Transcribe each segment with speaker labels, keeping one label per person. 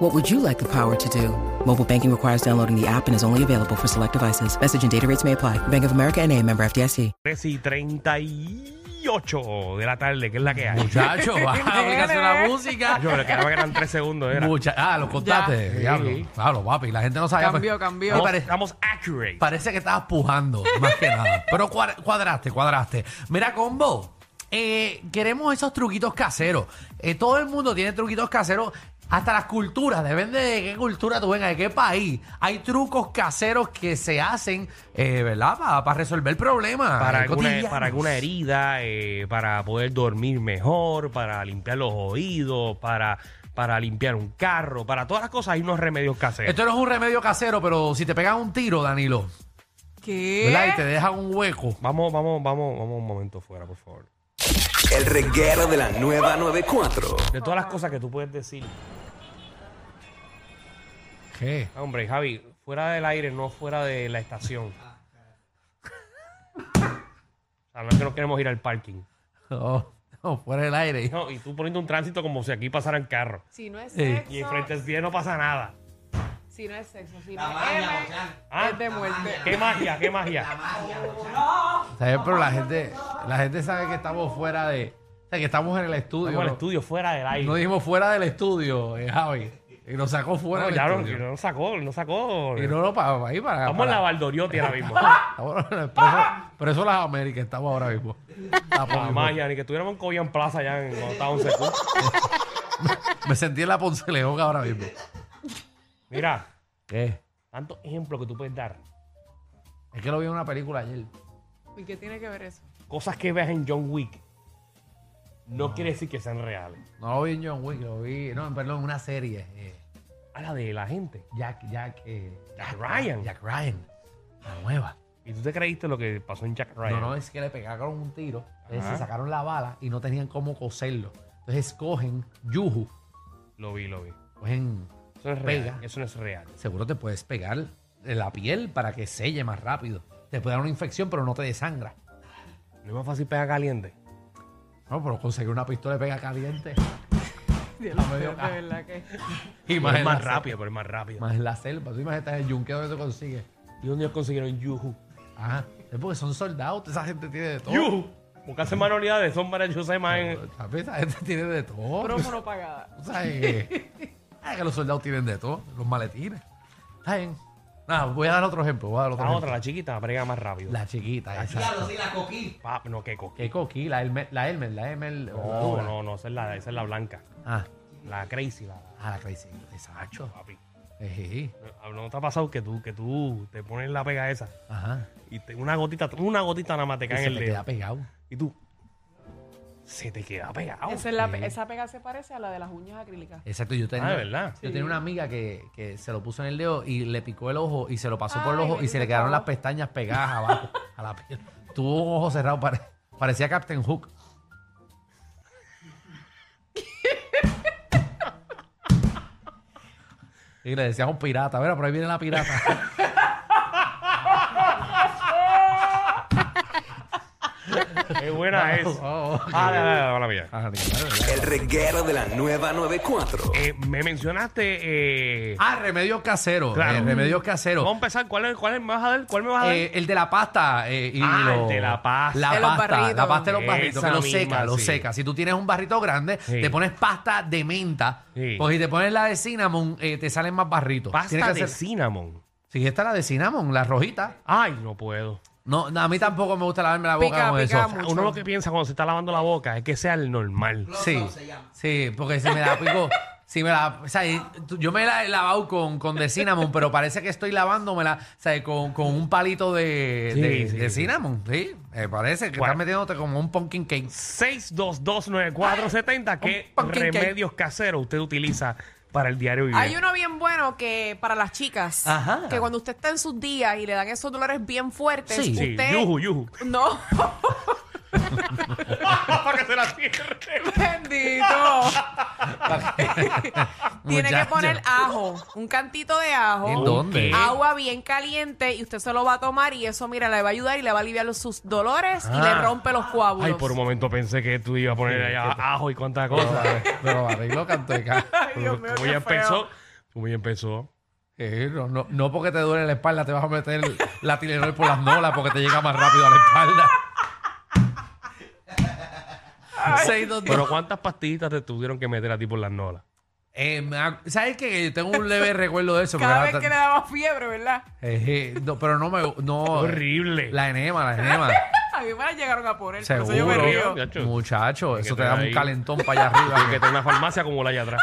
Speaker 1: What would you like the power to do? Mobile banking requires downloading the app and is only available for select devices. Message and data rates may apply. Bank of America and a member FDIC.
Speaker 2: 3 y 38 de la tarde, que es la que hay.
Speaker 3: Muchacho, baja aplicación la música.
Speaker 2: Yo creo que ahora me quedan 3 segundos. Era.
Speaker 3: Mucha- ah, lo contaste. Diablo, diablo, papi. La gente no sabía.
Speaker 4: Cambió,
Speaker 3: pero-
Speaker 4: cambió.
Speaker 3: Oye,
Speaker 2: Estamos, estamos
Speaker 3: pare-
Speaker 2: accurate.
Speaker 3: parece que estabas pujando, más que nada. Pero cuad- cuadraste, cuadraste. Mira, combo. eh, queremos esos truquitos caseros. Eh, todo el mundo tiene truquitos caseros. Hasta las culturas, depende de qué cultura tú vengas, de qué país. Hay trucos caseros que se hacen, eh, ¿verdad? Para resolver problemas.
Speaker 2: para
Speaker 3: eh,
Speaker 2: alguna,
Speaker 3: cotidianos.
Speaker 2: para alguna herida, eh, para poder dormir mejor, para limpiar los oídos, para, para limpiar un carro, para todas las cosas hay unos remedios caseros.
Speaker 3: Esto no es un remedio casero, pero si te pegan un tiro, Danilo, ¿verdad? Y te
Speaker 4: ¿Qué?
Speaker 3: dejan un hueco.
Speaker 2: Vamos, vamos, vamos, vamos un momento fuera, por favor.
Speaker 5: El reguero de la nueva 94.
Speaker 2: De todas las cosas que tú puedes decir.
Speaker 3: ¿Qué?
Speaker 2: Ah, Hombre, Javi, fuera del aire, no fuera de la estación. O sea, no es que no queremos ir al parking.
Speaker 3: No, no, fuera del aire.
Speaker 2: No, y tú poniendo un tránsito como si aquí pasaran carros.
Speaker 4: Si no es
Speaker 3: Ey.
Speaker 2: Y
Speaker 4: sexo,
Speaker 2: enfrente de ti no pasa nada.
Speaker 4: si no es sexo, si no es M,
Speaker 2: Ah,
Speaker 4: es de muerte.
Speaker 2: ¿Qué magia? ¿Qué magia?
Speaker 3: ¿Sabes? Pero la gente, la gente sabe que estamos fuera de. O sea, que estamos en el estudio.
Speaker 2: Estamos en el
Speaker 3: ¿no?
Speaker 2: estudio fuera del aire.
Speaker 3: No dijimos fuera del estudio, eh, Javi. Y nos sacó fuera
Speaker 2: No,
Speaker 3: del
Speaker 2: ya no,
Speaker 3: estudio.
Speaker 2: no sacó, no sacó.
Speaker 3: Y no lo para ahí para.
Speaker 2: Estamos en
Speaker 3: para-
Speaker 2: la Valdoriotti ahora mismo.
Speaker 3: estamos en el preso- preso las Américas estamos ahora mismo. Ah, por
Speaker 2: La
Speaker 3: Dios.
Speaker 2: magia, ni que estuviéramos en Cobian Plaza ya en cuando estaba 11 Q.
Speaker 3: Me sentí en la Ponce León ahora mismo.
Speaker 2: Mira,
Speaker 3: ¿Qué?
Speaker 2: tantos ejemplos que tú puedes dar.
Speaker 3: Es que lo vi en una película ayer.
Speaker 4: ¿Y qué tiene que ver eso?
Speaker 2: Cosas que veas en John Wick no, quiere decir que sean reales.
Speaker 3: No lo vi en John Wick, lo vi. No, perdón, en una serie. eh,
Speaker 2: Habla de la gente.
Speaker 3: Jack, Jack, eh,
Speaker 2: Jack Ryan.
Speaker 3: Jack Ryan. La nueva.
Speaker 2: ¿Y tú te creíste lo que pasó en Jack Ryan?
Speaker 3: No, no, es que le pegaron un tiro, eh,
Speaker 2: Ajá.
Speaker 3: se sacaron la bala y no tenían cómo coserlo. Entonces escogen yuju,
Speaker 2: Lo vi, lo vi.
Speaker 3: cogen,
Speaker 2: Eso no es
Speaker 3: Pega.
Speaker 2: real. Eso no es real.
Speaker 3: seguro te puedes pegar en la piel para que selle más rápido. Te puede dar una infección, pero no te desangra.
Speaker 2: No es más fácil pegar caliente.
Speaker 3: No, pero conseguir una pistola de pega caliente.
Speaker 4: Dios,
Speaker 3: Ah, me dio
Speaker 4: de
Speaker 3: ca-
Speaker 4: verdad que...
Speaker 3: Y
Speaker 2: Pero es
Speaker 3: en
Speaker 2: más
Speaker 3: la
Speaker 2: rápido, pero es más rápido.
Speaker 3: selva, Más en la selva. Tú imaginas en el yunque donde te consigues.
Speaker 2: ¿Y dónde ellos consiguieron Yuhu?
Speaker 3: Ajá. Es porque son soldados. Esa gente tiene de todo.
Speaker 2: ¡Yuhu! Porque hacen manualidades, son para José en...
Speaker 3: Papi, Esa gente tiene de todo.
Speaker 4: Promo no pagada.
Speaker 3: O sea, que, ah, que los soldados tienen de todo, los maletines. Está bien. Nada, voy a dar otro ejemplo. Voy a dar otro
Speaker 2: La
Speaker 3: ejemplo.
Speaker 2: Ah, otra, Ah, la chiquita, brega más rápido.
Speaker 3: La chiquita, esa.
Speaker 2: Pa- no, que coquilla.
Speaker 3: Qué coquí, la Elmer, la Elmer, la Elmer. la
Speaker 2: No, Oh,
Speaker 3: dura.
Speaker 2: no, no, esa es la, esa es la blanca.
Speaker 3: Ah,
Speaker 2: La crazy, la
Speaker 3: ah, la crazy. Exacto. Eh,
Speaker 2: papi.
Speaker 3: Ejí,
Speaker 2: No, no te ha pasado que tú, que tú te pones la pega esa
Speaker 3: Ajá.
Speaker 2: y te- una gotita, una gotita nada más te
Speaker 3: Y
Speaker 2: cae
Speaker 3: se
Speaker 2: en el
Speaker 3: te
Speaker 2: dedo.
Speaker 3: queda pegado.
Speaker 2: Y tú, se te queda
Speaker 3: Ah,
Speaker 2: pegado.
Speaker 4: Esa, es la, pe- esa pega se parece a la de las uñas acrílicas.
Speaker 3: Exacto, yo tenía.
Speaker 2: Ah, ¿de verdad?
Speaker 3: Yo tenía una amiga que, que se lo puso en el dedo y le picó el ojo y se lo pasó por el
Speaker 4: Ay,
Speaker 3: ojo y se
Speaker 4: bendito
Speaker 3: le quedaron las
Speaker 4: favor.
Speaker 3: pestañas pegadas abajo a la piel. Tuvo un ojo cerrado, pare- parecía Captain Hook. Y le decíamos pirata, mira, por ahí viene la pirata.
Speaker 2: Qué buena es.
Speaker 3: Oh, oh.
Speaker 2: Ah, la, la, la, mala mía.
Speaker 3: Ah, ¿verdad?
Speaker 5: El reguero de la nueva 94.
Speaker 2: Eh, me mencionaste. eh,
Speaker 3: Ah, remedios caseros.
Speaker 2: Claro.
Speaker 3: eh, remedios caseros.
Speaker 2: Vamos a empezar. ¿Cuál, es- cuál es- me vas a dar? ¿Cuál me vas a dar?
Speaker 3: Eh, el de la pasta. eh, y
Speaker 2: Ah, el
Speaker 3: lo-
Speaker 2: de la pasta.
Speaker 3: La
Speaker 4: De los
Speaker 3: pasta,
Speaker 4: barritos.
Speaker 3: la pasta de los
Speaker 2: Esa
Speaker 3: barritos. Que lo
Speaker 2: misma,
Speaker 3: seca, lo
Speaker 2: sí.
Speaker 3: seca. Si tú tienes un barrito grande,
Speaker 2: Sí.
Speaker 3: te pones pasta de menta.
Speaker 2: Sí.
Speaker 3: Pues si te pones la de cinnamon, eh, te salen más barritos. Tienes
Speaker 2: Pasta
Speaker 3: que
Speaker 2: de
Speaker 3: hacer-
Speaker 2: cinnamon.
Speaker 3: Sí, esta es la de cinnamon, la rojita.
Speaker 2: Ay, no puedo.
Speaker 3: No, no, a mí tampoco me gusta lavarme la boca
Speaker 4: Pica,
Speaker 3: con
Speaker 4: pica
Speaker 3: eso.
Speaker 4: mucho.
Speaker 2: Uno lo que piensa cuando se está lavando la boca es que sea el normal.
Speaker 3: Sí, sí, porque si me la pico, si me la, o sea, y tú- yo me la he lavado con, con de cinnamon, pero parece que estoy lavándomela, o sea, con, con un palito de,
Speaker 2: Sí,
Speaker 3: de-
Speaker 2: sí,
Speaker 3: de
Speaker 2: sí.
Speaker 3: cinnamon, sí, me parece que
Speaker 2: Bueno.
Speaker 3: estás metiéndote como un pumpkin cake.
Speaker 2: 6229470, ¿qué
Speaker 3: Un pumpkin cake.
Speaker 2: remedios caseros usted utiliza para el diario vivir.
Speaker 4: Hay uno bien bueno que para las chicas,
Speaker 2: Ajá.
Speaker 4: que cuando usted está en sus días y le dan esos dolores bien fuertes,
Speaker 3: Sí.
Speaker 2: Sí,
Speaker 4: usted
Speaker 2: yuju, yuju.
Speaker 4: no,
Speaker 2: para que se la cierre.
Speaker 4: bendito, tiene que
Speaker 3: Muchacho.
Speaker 4: poner ajo, un cantito de ajo,
Speaker 3: ¿En dónde?
Speaker 2: ¿Qué?
Speaker 4: agua bien caliente y usted se lo va a tomar y eso mira le va a ayudar y le va a aliviar los- sus dolores y
Speaker 3: Ah.
Speaker 4: le rompe los coágulos.
Speaker 2: Ay, por un momento pensé que tú ibas a poner allá ajo y cuántas cosas.
Speaker 3: Pero arreglo canteca.
Speaker 4: Ay, Dios mío,
Speaker 2: Como
Speaker 4: qué
Speaker 2: ya
Speaker 4: feo.
Speaker 2: empezó, como ya empezó.
Speaker 3: Eh, no, no, no porque te duele la espalda te vas a meter la Tilenol por las nolas porque te llega más rápido a la espalda. Seis, dos, dos.
Speaker 2: Pero cuántas pastillitas te tuvieron que meter a ti por las nolas.
Speaker 3: Eh, me ac- ¿Sabes qué? Yo tengo un leve recuerdo de eso.
Speaker 4: Cada vez
Speaker 3: porque
Speaker 4: que le
Speaker 3: ahora
Speaker 4: daba fiebre, ¿verdad?
Speaker 3: ta- Eh, eh, no, pero no me... No,
Speaker 2: Horrible.
Speaker 3: La enema, la enema.
Speaker 4: A mí me la llegaron a poner, por eso yo me
Speaker 3: Seguro.
Speaker 4: río.
Speaker 2: Muchacho.
Speaker 3: Muchacho, eso
Speaker 2: que
Speaker 3: te da
Speaker 2: tener
Speaker 3: un
Speaker 2: ahí-
Speaker 3: calentón para allá arriba.
Speaker 2: Porque tengo una farmacia como la allá atrás.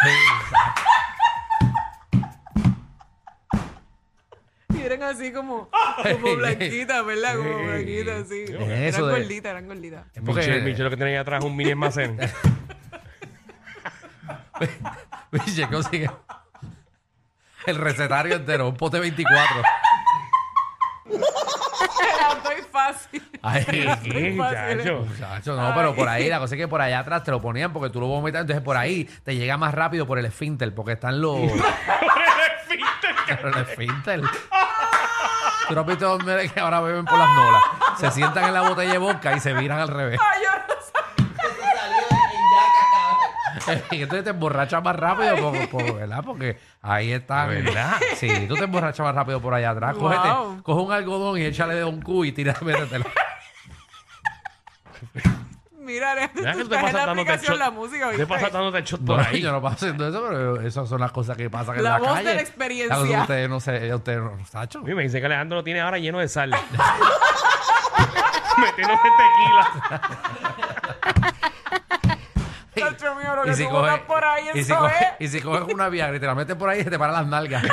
Speaker 4: Y eran así como, como blanquitas, ¿verdad? Como blanquitas, así. Eran
Speaker 3: Eso de-
Speaker 4: gorditas, eran gorditas.
Speaker 3: Es porque-
Speaker 2: Michelle, Michelle lo que tiene allá atrás es un mini almacén.
Speaker 3: Michelle consigue el recetario entero, un pote 24.
Speaker 4: Era muy fácil.
Speaker 3: Ay,
Speaker 2: ¿Qué,
Speaker 4: fácil,
Speaker 2: muchacho?
Speaker 3: Muchacho, no, pero por ahí, la cosa es que por allá atrás te lo ponían porque tú lo vomitas, entonces por ahí te llega más rápido por el esfínter, porque están los. por el esfínter. Tú no has visto los nenes que ahora beben por las nolas. Se sientan en la botella de boca y se viran al revés.
Speaker 4: Ay, yo no sabía.
Speaker 3: Y entonces te emborrachas más rápido, por- por- ¿verdad? Porque ahí están.
Speaker 2: ¿Verdad?
Speaker 3: Sí, tú te emborrachas más rápido por allá atrás.
Speaker 4: Wow.
Speaker 3: Cógete, coge un algodón y échale de un cubo y tira, métetelo.
Speaker 4: Mira, tú
Speaker 2: ¿Verdad que tú te
Speaker 4: estás en la
Speaker 2: pasas dándote el
Speaker 4: aplicación
Speaker 2: shot?
Speaker 4: la música,
Speaker 2: Te
Speaker 4: ¿viste?
Speaker 2: pasas dándote el shot por
Speaker 3: No,
Speaker 2: ahí.
Speaker 3: yo no paso haciendo eso, pero esas son las cosas que pasan en
Speaker 4: La
Speaker 3: la
Speaker 4: voz de
Speaker 3: calle.
Speaker 4: la experiencia.
Speaker 3: cosa que ustedes no sé, ustedes no, Sacho.
Speaker 2: Oye, me dice que Alejandro lo tiene ahora lleno de sal. Metiéndose tequila.
Speaker 4: Chacho mío, lo
Speaker 3: Y
Speaker 4: que
Speaker 3: si
Speaker 4: tú
Speaker 3: coge-
Speaker 4: botas por ahí,
Speaker 3: y si
Speaker 4: eso
Speaker 3: coge- y
Speaker 4: es.
Speaker 3: si coges una viagra y te la metes por ahí, se te paran las nalgas.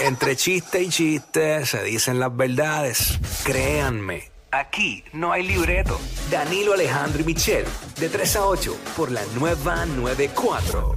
Speaker 5: Entre chiste y chiste se dicen las verdades. Créanme, aquí no hay libreto. Danilo Alejandro y Michel, de 3 a 8, por la nueva 94.